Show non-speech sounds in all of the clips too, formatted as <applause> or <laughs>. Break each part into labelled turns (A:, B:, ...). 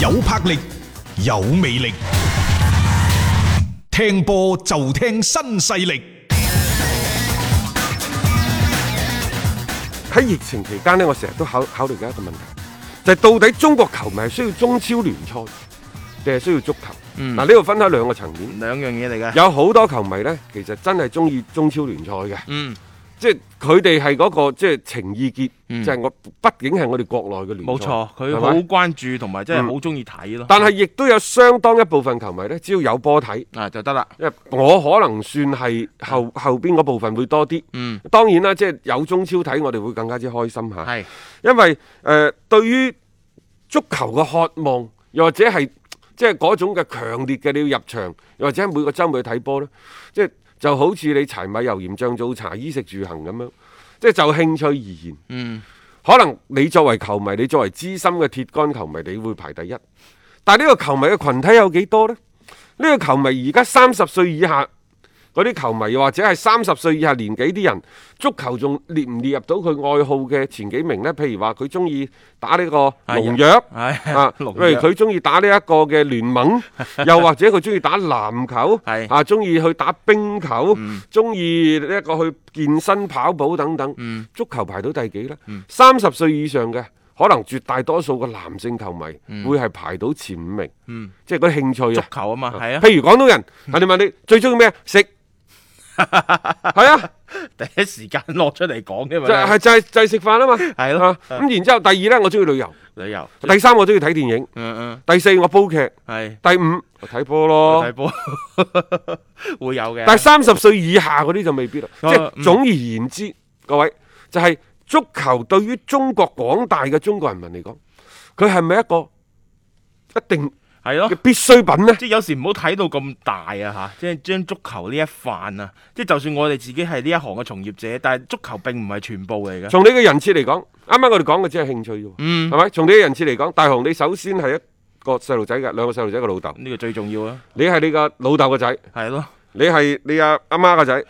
A: 有魄力，有魅力，聽波就聽新勢力。
B: 喺疫情期間呢，我成日都考考慮緊一個問題，就係、到底中國球迷係需要中超聯賽，定係需要足球？
C: 嗯
B: 嗱呢度分開兩個層面，
C: 兩樣嘢嚟嘅。
B: 有好多球迷呢，其實真係中意中超聯賽嘅，
C: 嗯，
B: 即係佢哋係嗰個即係情意結，
C: 嗯
B: 就係我畢竟係我哋國內嘅聯賽，
C: 冇錯，佢
B: 係
C: 好
B: 咪
C: 關注同埋真係
B: 嗯
C: 好中意睇咯。
B: 但係亦都有相當一部分球迷呢，只要有波睇。
C: 啊就得啦。
B: 因為我可能算係後後邊嗰部分會多啲，
C: 嗯，
B: 當然啦，即係有中超睇，我哋會更加之開心嚇。
C: 係
B: 因為誒、呃、對於足球嘅渴望，又或者係即係嗰種嘅強烈嘅你要入場，又或者係每個週末去睇波咧，即係就好似你柴米油鹽醬醋茶衣食住行咁樣，即係就興趣而言，
C: 嗯
B: 可能你作為球迷，你作為資深嘅鐵杆球迷，你會排第一。但係呢個球迷嘅群體有幾多呢？呢、個球迷而家三十歲以下嗰啲球迷，又或者係三十歲以下年紀啲人，足球仲列唔列入到佢愛好嘅前幾名呢？譬如話佢中意打呢個農藥。
C: <laughs> 係
B: 啊，
C: 農
B: 例如
C: 藥
B: 佢中意打呢一個嘅聯
C: <laughs>
B: 盟，又或者佢中意打籃球，
C: 係嗯
B: 啊，中意去打冰球，中意呢一個去健身跑步等等。
C: 嗯
B: 足球排到第幾呢？三十歲以上嘅，可能絕大多數嘅男性球迷會係排到前五名，
C: 嗯
B: 即係嗰啲興趣
C: 足
B: 啊。
C: 球啊嘛，係啊，
B: 譬如廣東人，人哋問你最中意咩啊？食
C: <laughs>
B: 係啊，
C: 第一時間攞出嚟講嘅
B: 就
C: 嘛
B: 係，就係就係食飯啊嘛。
C: 係咯嗯
B: 啊咁然之後第二呢，我中意旅遊；
C: 旅遊。
B: 第三，我中意睇電影；
C: 嗯
B: 第四，我煲劇；
C: 嗯係
B: 第五，我睇波咯。
C: 睇波 <laughs> 會有嘅。
B: 哦但係三十歲以下嗰啲就未必啦。即
C: 啊
B: 係
C: 嗯
B: 總而言之，各位就係、足球對於中國廣大嘅中國人民嚟講，佢係咪一個一定
C: 係咯
B: 嘅。必需品呢？
C: 即係有時唔好睇到咁大啊嚇，即係將足球呢一範啊，即係就算我哋自己係呢一行嘅從業者，但係足球並唔係全部嚟嘅。
B: 從你嘅人設嚟講，啱啱我哋講嘅只係興趣啫喎，
C: 嗯，
B: 係咪？從你嘅人設嚟講，大雄你首先係一個細路仔嘅兩個細路仔嘅老豆，
C: 呢個最重要啊，
B: 你係你個老豆嘅仔，
C: 係咯，
B: 你係你阿阿媽嘅仔，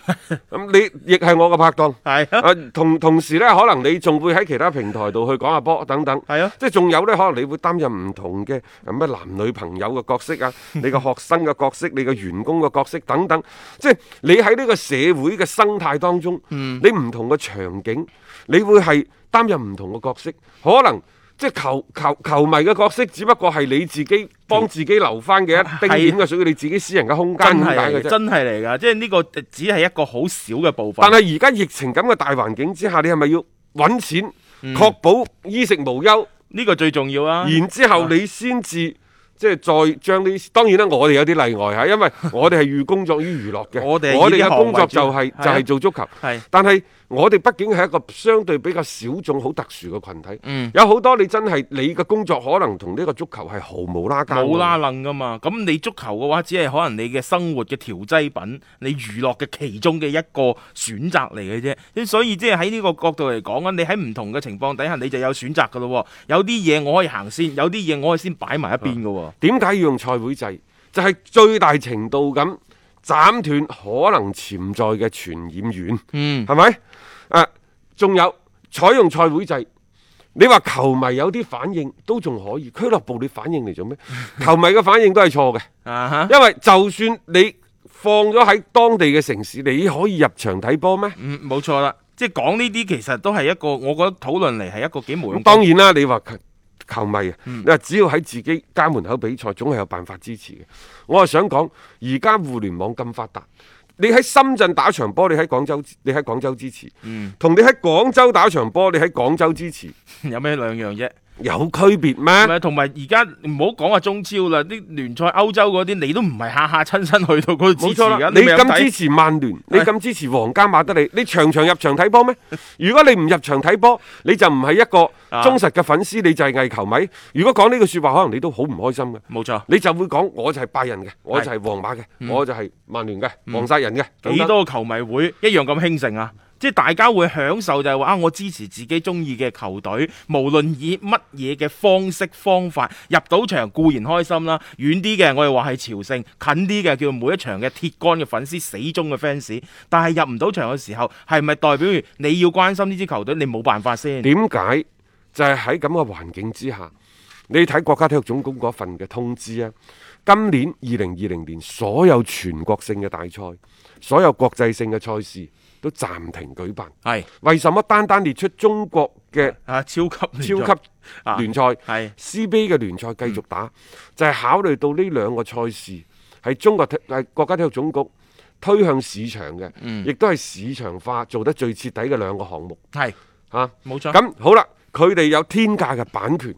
B: 咁你亦係我嘅拍檔。
C: 係啊，
B: 啊，同同時咧，可能你仲會喺其他平台度去講下波等等。
C: 係啊
B: 即係仲有咧，可能你會擔任唔同嘅啊咩男女朋友嘅角色
C: <laughs>
B: 啊，你嘅學生嘅角色，你嘅員工嘅角色等等。即係你喺呢個社會嘅生態當中，
C: 嗯
B: 你唔同嘅場景，你會係擔任唔同嘅角色，可能。即係球球球迷嘅角色，只不過係你自己幫自己留翻嘅一丁點嘅屬於你自己私人嘅空間
C: 嗯真
B: 咁
C: 係
B: 解嘅啫
C: 嚟㗎，。真係嚟㗎，即係呢個只係一個好少嘅部分
B: 但。係而家疫情咁嘅大環境之下，你係咪要揾錢確保衣食無憂，
C: 呢個最重要嗯啊，
B: 然之後你先至即係再將呢？當然啦，我哋有啲例外嚇，
C: <laughs>
B: 因為我哋係寓工作於娛樂嘅，
C: 我哋係以
B: 我哋
C: 呢
B: 嘅
C: 行
B: 工作
C: 為主
B: 就係、
C: 係啊
B: 就係做足球。
C: 係
B: 但係我哋畢竟係一個相對比較小眾、好特殊嘅群體，
C: 嗯
B: 有好多你真係你嘅工作可能同呢個足球係毫無拉間嘅。
C: 冇啦楞㗎嘛。咁你足球嘅話，只係可能你嘅生活嘅調劑品，你娛樂嘅其中嘅一個選擇嚟嘅啫。咁所以即係喺呢個角度嚟講啊，你喺唔同嘅情況底下，你就有選擇㗎咯喎。有啲嘢我可以行先，有啲嘢我可以先擺埋一邊㗎喎。
B: 點解要用賽會制？就係、最大程度咁斬斷可能潛在嘅傳染源。
C: 嗯，
B: 係咪？啊，仲有採用賽會制。你話球迷有啲反應都仲可以，俱樂部你反應嚟做咩？球迷嘅反應都係錯嘅，
C: 啊哈，
B: 因為就算你放咗喺當地嘅城市，你可以入場睇波咩？
C: 嗯，冇錯啦。即係講呢啲其實都係一個，我覺得討論嚟係一個幾無
B: 咁
C: 用。
B: 當然啦，你話球球迷啊，
C: 嗯
B: 你話只要喺自己家門口比賽，總係有辦法支持嘅。我係想講，而家互聯網咁發達，你喺深圳打場波，你喺廣州，你喺廣州支持，
C: 嗯
B: 同你喺廣州打場波，你喺廣州支持，
C: <laughs> 有咩兩樣啫？
B: 有區別
C: 唔
B: 咩？
C: 係，同埋而家唔好講話中超啦，啲聯賽歐洲嗰啲你都唔係下下親身去到嗰度支
B: 冇
C: 持
B: 錯啦
C: 㗎，，
B: 你
C: 咪有
B: 咁
C: 睇
B: 支持曼聯，你咁支持皇家馬德里，你場場入場睇波
C: <laughs>
B: 咩？如果你唔入場睇波，你就唔係一個
C: 啊
B: 忠實嘅粉絲，你就係偽球迷。如果講呢句説話，可能你都好唔開心嘅。
C: 冇錯，
B: 你就會講我就係拜仁嘅，我就係皇馬嘅，我就係曼聯嘅，皇室人嘅，等
C: 嗯幾
B: 等
C: 多球迷會一樣咁興盛啊！即係大家會享受就係話啊，我支持自己中意嘅球隊，無論以乜嘢嘅方式方法入到場固然開心啦，遠啲嘅我哋話係朝聖，近啲嘅叫每一場嘅鐵杆嘅粉絲、死忠嘅 fans，但係入唔到場嘅時候，係咪代表住你要關心呢支球隊，你冇辦法先？
B: 點解就係喺咁嘅環境之下，你睇國家體育總局嗰份嘅通知啊，今年二零二零年所有全國性嘅大賽，所有國際性嘅賽事都暫停舉辦。
C: 係
B: 為什麼單單列出中國
C: <laughs>
B: 嘅
C: 啊，超級
B: 超級
C: 啊
B: 聯賽、
C: 係
B: CBA 嘅聯賽繼續打，就係考慮到呢兩個賽事係中國體係國家體育總局推向市場嘅，亦都係市場化做得最徹底嘅兩個項目
C: 係
B: 嚇。
C: 冇錯。
B: 咁好啦，佢哋有天價嘅版權，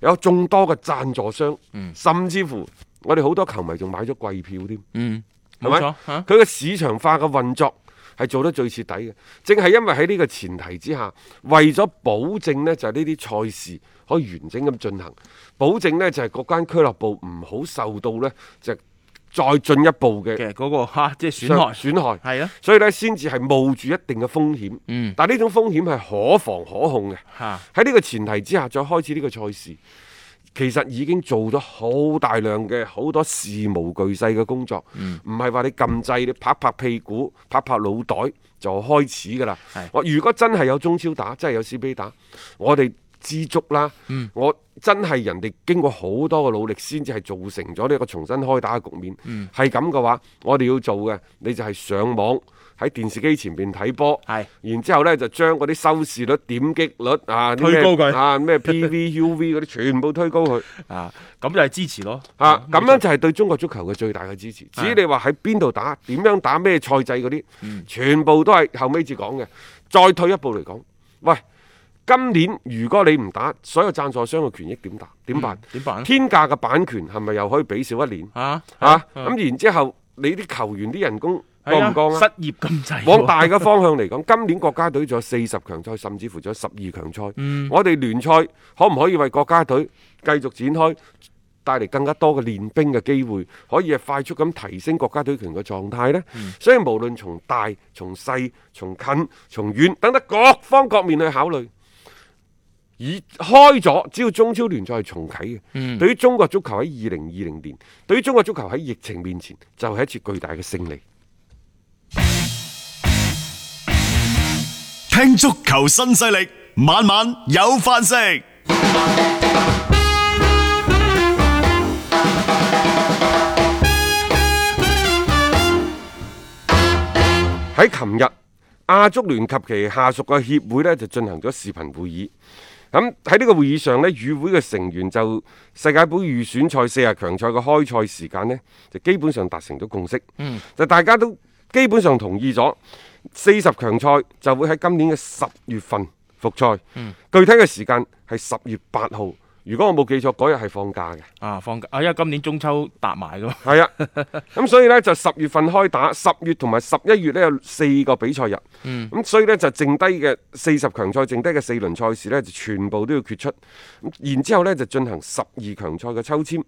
B: 有眾多嘅贊助商，甚至乎我哋好多球迷仲買咗貴票添，
C: 嗯，
B: 係
C: 冇
B: 咪？
C: 錯啊嚇
B: 佢。嘅市場化嘅運作係做得最徹底嘅，正係因為喺呢個前提之下，為咗保證呢就係呢啲賽事可以完整咁進行，保證呢就係嗰間俱樂部唔好受到呢就再進一步嘅
C: 嘅嗰、個嚇、 <laughs> 啊即係損害，
B: 損害
C: 係咯
B: 所以呢，先至係冒住一定嘅風險。
C: 嗯
B: 但呢種風險係可防可控嘅。
C: 嚇
B: 喺呢個前提之下，再開始呢個賽事，其實已經做咗好大量嘅好多事無巨細嘅工作，
C: 嗯
B: 唔係話你撳掣，你拍拍屁股、拍拍腦袋就開始㗎啦
C: 係。
B: 我如果真係有中超打，真係有 CBA 打，我哋知足啦。
C: 嗯
B: 我真係人哋經過好多嘅努力，先至係造成咗呢一個重新開打嘅局面。
C: 嗯
B: 係咁嘅話，我哋要做嘅，你就係上網喺電視機前邊睇波。
C: 係
B: 然之後呢，就將嗰啲收視率、點擊率啊，啲咩
C: 推高佢
B: 啊，
C: <laughs>
B: 咩 PVUV 嗰啲全部推高佢
C: 啊，咁就係支持咯。
B: 啊，咁樣就係對中國足球嘅最大嘅支持。
C: 啊
B: 至於你話喺邊度打、點樣打、咩賽制嗰啲，
C: 嗯
B: 全部都係後尾至講嘅。再退一步嚟講，喂，今年如果你唔打，所有贊助商嘅權益點打？點辦？
C: 嗯點辦咧
B: 天價嘅版權係咪又可以俾少一年？
C: 啊
B: 啊，咁然之後你啲球員啲人工
C: 係啊
B: 降唔降啊？
C: 失業咁滯喎，
B: 往大嘅方向嚟講，今年國家隊仲有四十強賽，甚至乎仲有十二強賽。我哋聯賽可唔可以為國家隊繼續展開，帶嚟更加多嘅練兵嘅機會，可以係快速咁提升國家隊拳嘅狀態呢？所以無論從大、從細、從近、從遠等等各方各面去考慮。已開咗，只要中超聯賽係重啟嘅，對於中國足球喺二零二零年，對於中國足球喺疫情面前，就係、一次巨大嘅勝利。
A: 聽足球新勢力，晚晚有飯食。
B: 喺琴日，亞足聯及其下屬嘅協會呢就進行咗視頻會議。咁喺呢個會議上呢，與會嘅成員就世界盃預選賽四十強賽嘅開賽時間呢，就基本上達成咗共識。嗯，就大家都基本上同意咗，四十強賽就會喺今年嘅十月份復賽。嗯，具體嘅時間係十月八號。如果我冇記錯，嗰日係放假嘅。
C: 啊放假，啊因為今年中秋搭埋噶嘛，
B: 係啊，咁所以呢，就十月份開打，十月同埋十一月呢，有四個比賽日，咁、所以呢，就剩低嘅四十強賽，剩低嘅四輪賽事呢，就全部都要決出，咁然之後呢，就進行十二強賽嘅抽籤，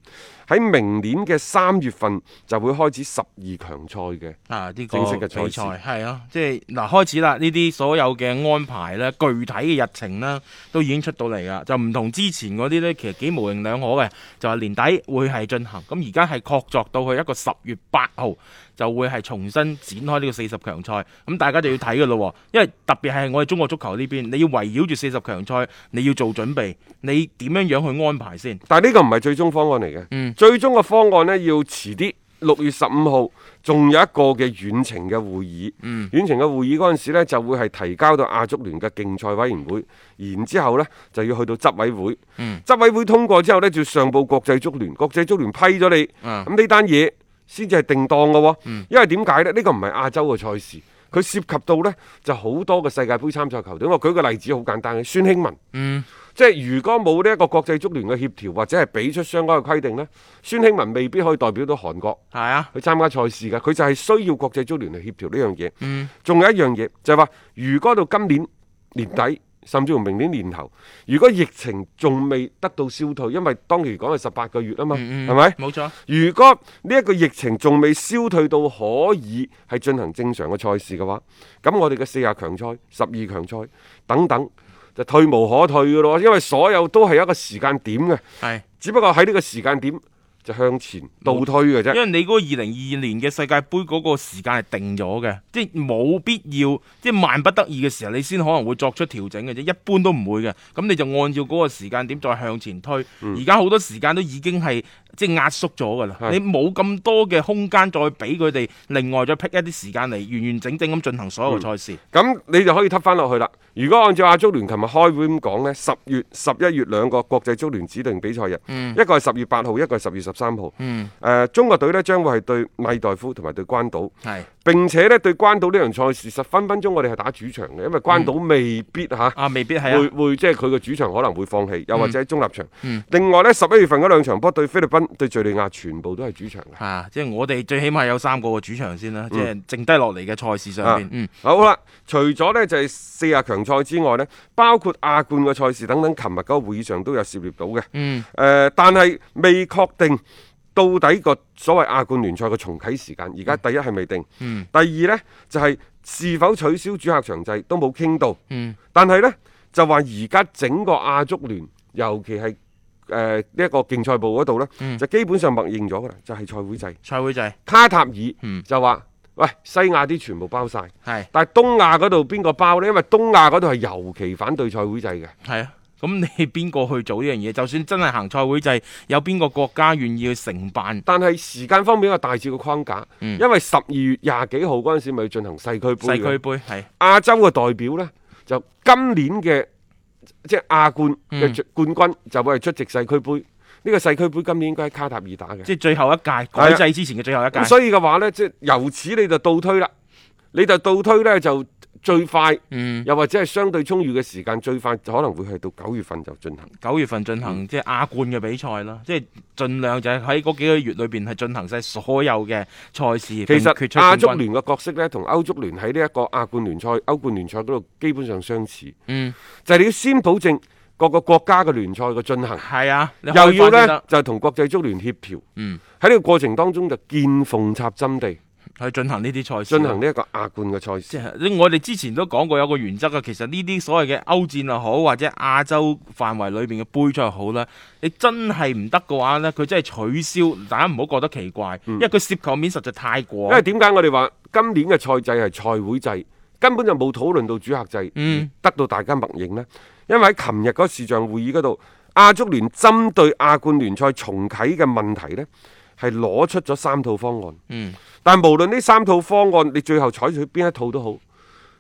B: 喺明年嘅三月份就會開始十二強賽嘅。
C: 啊呢個
B: 正式嘅賽
C: 比
B: 事
C: 賽係啊，即係嗱開始啦，呢啲所有嘅安排咧，具體嘅日程啦，都已經出到嚟啦，就唔同之前嗰啲咧，其實幾模棱兩可嘅，就係年底會係進行，咁而家係確鑿到去一個十月八號就會係重新展開呢個四十強賽，咁大家就要睇噶咯，因為特別係我哋中國足球呢邊，你要圍繞住四十強賽，你要做準備，你點樣樣去安排先？
B: 但係呢個唔係最終方案嚟嘅，
C: 嗯
B: 最終嘅方案呢，要遲啲六月十五號，仲有一個嘅遠程嘅會議。
C: 嗯
B: 遠程嘅會議嗰陣時呢，就會係提交到亞足聯嘅競賽委員會，然之後呢，就要去到執委會。
C: 嗯
B: 執委會通過之後呢，就要上報國際足聯，國際足聯批咗你，
C: 嗯
B: 咁呢單嘢先至係定當嘅喎。因為點解呢？呢、個唔係亞洲嘅賽事。佢涉及到呢，就好多嘅世界盃參賽球隊，我舉個例子好簡單嘅，孫興文，
C: 嗯，
B: 即係如果冇呢一個國際足聯嘅協調，或者係俾出相關嘅規定呢，孫興文未必可以代表到韓國
C: 係啊，
B: 去參加賽事㗎。佢就係需要國際足聯去協調呢樣嘢。
C: 嗯
B: 仲有一樣嘢就係話，如果到今年年底，甚至乎明年年頭，如果疫情仲未得到消退，因為當期講係十八個月啊嘛，
C: 嗯
B: 係咪、
C: 冇錯，
B: 如果呢一個疫情仲未消退到可以係進行正常嘅賽事嘅話，咁我哋嘅四十強賽、十二強賽等等就退無可退嘅咯，因為所有都係一個時間點嘅，
C: 係
B: 只不過喺呢個時間點就向前倒推嘅啫。
C: 因為你嗰個二零二二年嘅世界盃嗰個時間係定咗嘅，即係冇必要，即係萬不得已嘅時候，你先可能會作出調整嘅啫，一般都唔會嘅。咁你就按照嗰個時間點再向前推。而家好多時間都已經係即係壓縮咗㗎啦，
B: 係
C: 你冇咁多嘅空間再俾佢哋另外再辟一啲時間嚟完完整整咁進行所有嘅賽事。
B: 咁你就可以揼翻落去啦。如果按照亞足聯琴日開會咁講呢，十月、十一月兩個國際足聯指定比賽日，
C: 嗯
B: 一個係十月八號，一個係十月十三號。誒、中國隊呢將會係對米代夫同埋對關島。
C: 係
B: 並且呢，對關島呢場賽事，實分分鐘我哋係打主場嘅，因為關島未必嚇、
C: 嗯啊，未必係
B: 會
C: 啊，嗯
B: 會即係佢個主場可能會放棄，又或者喺中立場。另外呢，十一月份嗰兩場波對菲律賓、對敍利亞，全部都係主場嘅。
C: 啊，即係我哋最起碼有三個嘅主場先啦，即係剩低落嚟嘅賽事上邊，嗯，
B: 好啦，除咗呢就係四十強賽之外呢，包括亞冠嘅賽事等等，琴日嗰個會議上都有涉獵到嘅。嗯。但係未確定到底個所謂亞冠聯賽嘅重啟時間，而家第一係未定。嗯。第二呢，就係、是否取消主客場制都冇傾到。嗯。但係呢，就話而家整個亞足聯，尤其係誒呢一個競賽部嗰度呢，就基本上默認咗㗎啦，就係、賽會制。
C: 賽會制
B: 卡塔爾就話：喂，西亞啲全部包晒。
C: 係。
B: 但係東亞嗰度邊個包呢？因為東亞嗰度係尤其反對賽會制嘅。
C: 係啊，咁你 <laughs> 邊個去做呢樣嘢？就算真係行賽會制，有邊個國家願意去承辦？
B: 但係時間方面有個大致嘅框架，
C: 嗯
B: 因為十二月廿幾號嗰陣時咪要進行世俱杯
C: 世
B: 嘅，
C: 俱杯係
B: 亞洲嘅代表呢，就今年嘅即係亞冠
C: 嗯
B: 嘅冠軍就會係出席世俱杯。呢、個世俱杯今年應該喺卡塔爾打嘅。
C: 即係最後一屆改制之前嘅最後一屆
B: 啊咁，所以嘅話呢，即係由此你就倒推啦，你就倒推呢，就最快，
C: 嗯
B: 又或者係相對充裕嘅時間，最快可能會係到九月份就進行。
C: 九月份進
B: 嗯
C: 行即係亞冠嘅比賽啦，即係盡量就係喺嗰幾個月裏邊係進行晒所有嘅賽事，
B: 其
C: 並
B: 實
C: 決出
B: 亞
C: 冠
B: 足
C: 軍。
B: 聯嘅角色呢，同歐足聯喺呢一個亞冠聯賽、歐冠聯賽嗰度基本上相似，
C: 嗯，
B: 就係你要先保證各個國家嘅聯賽嘅進行，
C: 係啊，你
B: 又要
C: 開發
B: 呢
C: 先得
B: 就同國際足聯協調。
C: 嗯，
B: 喺呢個過程當中就見縫插針地
C: 去進行呢啲賽事。啊
B: 進行呢一個亞冠嘅賽事。
C: 即係我哋之前都講過有個原則啊，其實呢啲所謂嘅歐戰啊又好，或者亞洲範圍裏邊嘅杯賽又好啦，你真係唔得嘅話呢，佢真係取消，大家唔好覺得奇怪，因為佢涉及面實在太
B: 嗯因
C: 廣。
B: 為點解我哋話今年嘅賽制係賽會制，根本就冇討論到主客制，
C: 嗯
B: 得到大家默認呢？因為喺琴日嗰個視像會議嗰度，亞足聯針對亞冠聯賽重啟嘅問題呢，係攞出咗三套方案。
C: 嗯，
B: 但無論呢三套方案，你最後採取邊一套都好，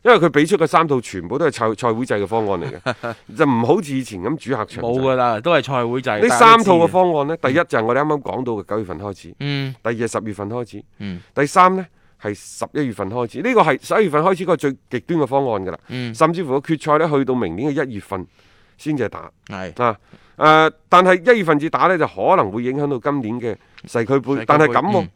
B: 因為佢俾出嘅三套全部都係賽賽會制嘅方案嚟
C: <laughs>
B: 嘅，就唔好似以前咁主客場制
C: 冇噶啦，都係賽會制。
B: 呢
C: 大家
B: 三
C: 都知
B: 套嘅方案呢，第一就係我哋啱啱講到嘅九月份開始，
C: 嗯
B: 第二係十月份開始，
C: 嗯
B: 第三呢係十一月份開始。呢、個係十一月份開始個最極端嘅方案㗎啦，
C: 嗯
B: 甚至乎個決賽呢，去到明年嘅一月份先至係打
C: 係
B: 啊。誒、但係一月份至打呢，就可能會影響到今年嘅世俱杯
C: 杯，
B: 但係咁喎
C: 嗯，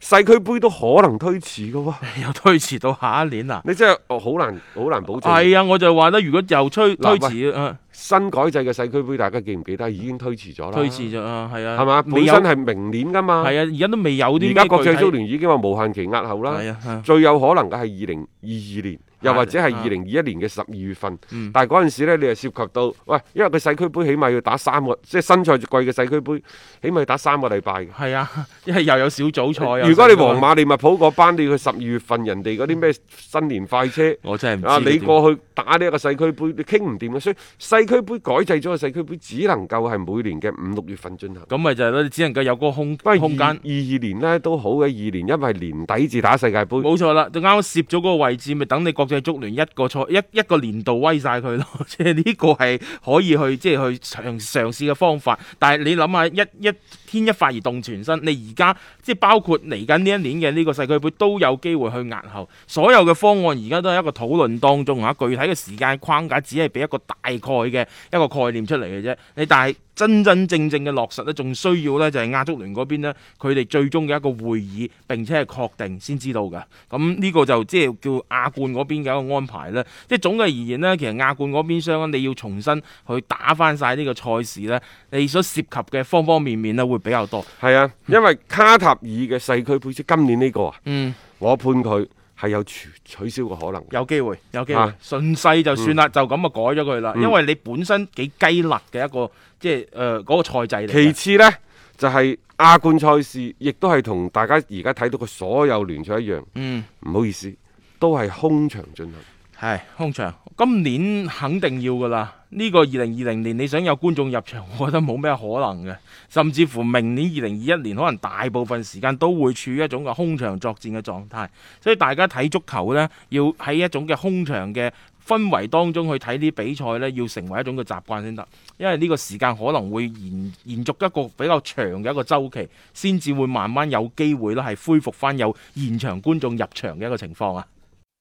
B: 世俱杯都可能推遲㗎喎。 <laughs>
C: 又推遲到下一年啊！
B: 你真係哦好難好難保證。
C: 係啊，我就話咧，如果又推推
B: 嗱
C: 遲，嗯
B: 新改制嘅世俱杯，大家記唔記得已經推遲咗啦？
C: 推遲咗啊，係啊，
B: 係嘛？
C: 未
B: 本
C: 有
B: 身係明年㗎嘛。
C: 係啊，而家都未有啲咩
B: 而家國際足
C: 具體
B: 聯已經話無限期押後啦。
C: 係啊係啊，
B: 最有可能嘅係二零二二年，又或者係
C: 啊
B: 二零二一年嘅十二月份。
C: 嗯
B: 但係嗰陣時咧，你係涉及到喂，因為佢世俱杯起碼要打三個，即係新賽季嘅世俱杯，起碼要打三個禮拜嘅。
C: 係啊， <laughs> 因為又有小組賽啊。
B: 如果你
C: 成咁啊
B: 皇馬利物浦嗰班，你去十二月份人哋嗰啲咩新年快車。
C: 我真係唔知
B: 啊！
C: 佢
B: 你
C: 點
B: 過去打呢一個世俱杯，你傾唔掂嘅，所以世俱杯改制咗嘅世俱杯，只能夠係每年嘅五六月份進行。
C: 咁咪就係咯，你只能夠有嗰個空
B: 不過
C: 空
B: 二
C: 間
B: 二。二年呢都好嘅，二年因為年底至打世界盃，
C: 冇錯啦，就啱啱攝咗嗰個位置，咪等你國際足聯一個賽一一個年度威晒佢咯。 <laughs> 即係呢個係可以去即係去嘗嘗試嘅方法。但係你諗下，一一天一發而動全身，你而家即係包括嚟緊呢一年嘅呢個世俱杯都有機會去押後。所有嘅方案而家都係一個討論當中嚇，具體嘅時間框架只係俾一個大概嘅一個概念出嚟嘅啫。你但係真真正正嘅落實咧，仲需要咧就係亞足聯嗰邊咧，佢哋最終嘅一個會議並且係確定先知道嘅。咁呢個就即係叫亞冠嗰邊嘅一個安排啦。即係總嘅而言呢，其實亞冠嗰邊相關你要重新去打翻晒呢個賽事呢，你所涉及嘅方方面面呢會比較多。
B: 係啊，因為卡塔爾嘅世俱杯即今年呢個啊，
C: 嗯，
B: 我判佢係有取取消嘅可能。
C: 有機會，有機會
B: 啊，嗯
C: 順勢就算啦，就咁啊改咗呃佢啦，因為你本身幾雞肋嘅一個即係誒嗰個賽制嚟嘅。
B: 其次呢，就係亞冠賽事，亦都係同大家而家睇到嘅所有聯賽一樣。
C: 嗯，
B: 唔好意思，都係空場進行。
C: 係空場，今年肯定要噶啦。呢、個二零二零年你想有觀眾入場， <laughs> 我覺得冇咩可能嘅。甚至乎明年二零二一年，可能大部分時間都會處於一種嘅空場作戰嘅狀態。所以大家睇足球呢，要喺一種嘅空場嘅氛圍當中去睇啲比賽呢，要成為一種嘅習慣先得。因為呢個時間可能會延延續一個比較長嘅一個周期，先至會慢慢有機會咧係恢復翻有現場觀眾入場嘅一個情況啊。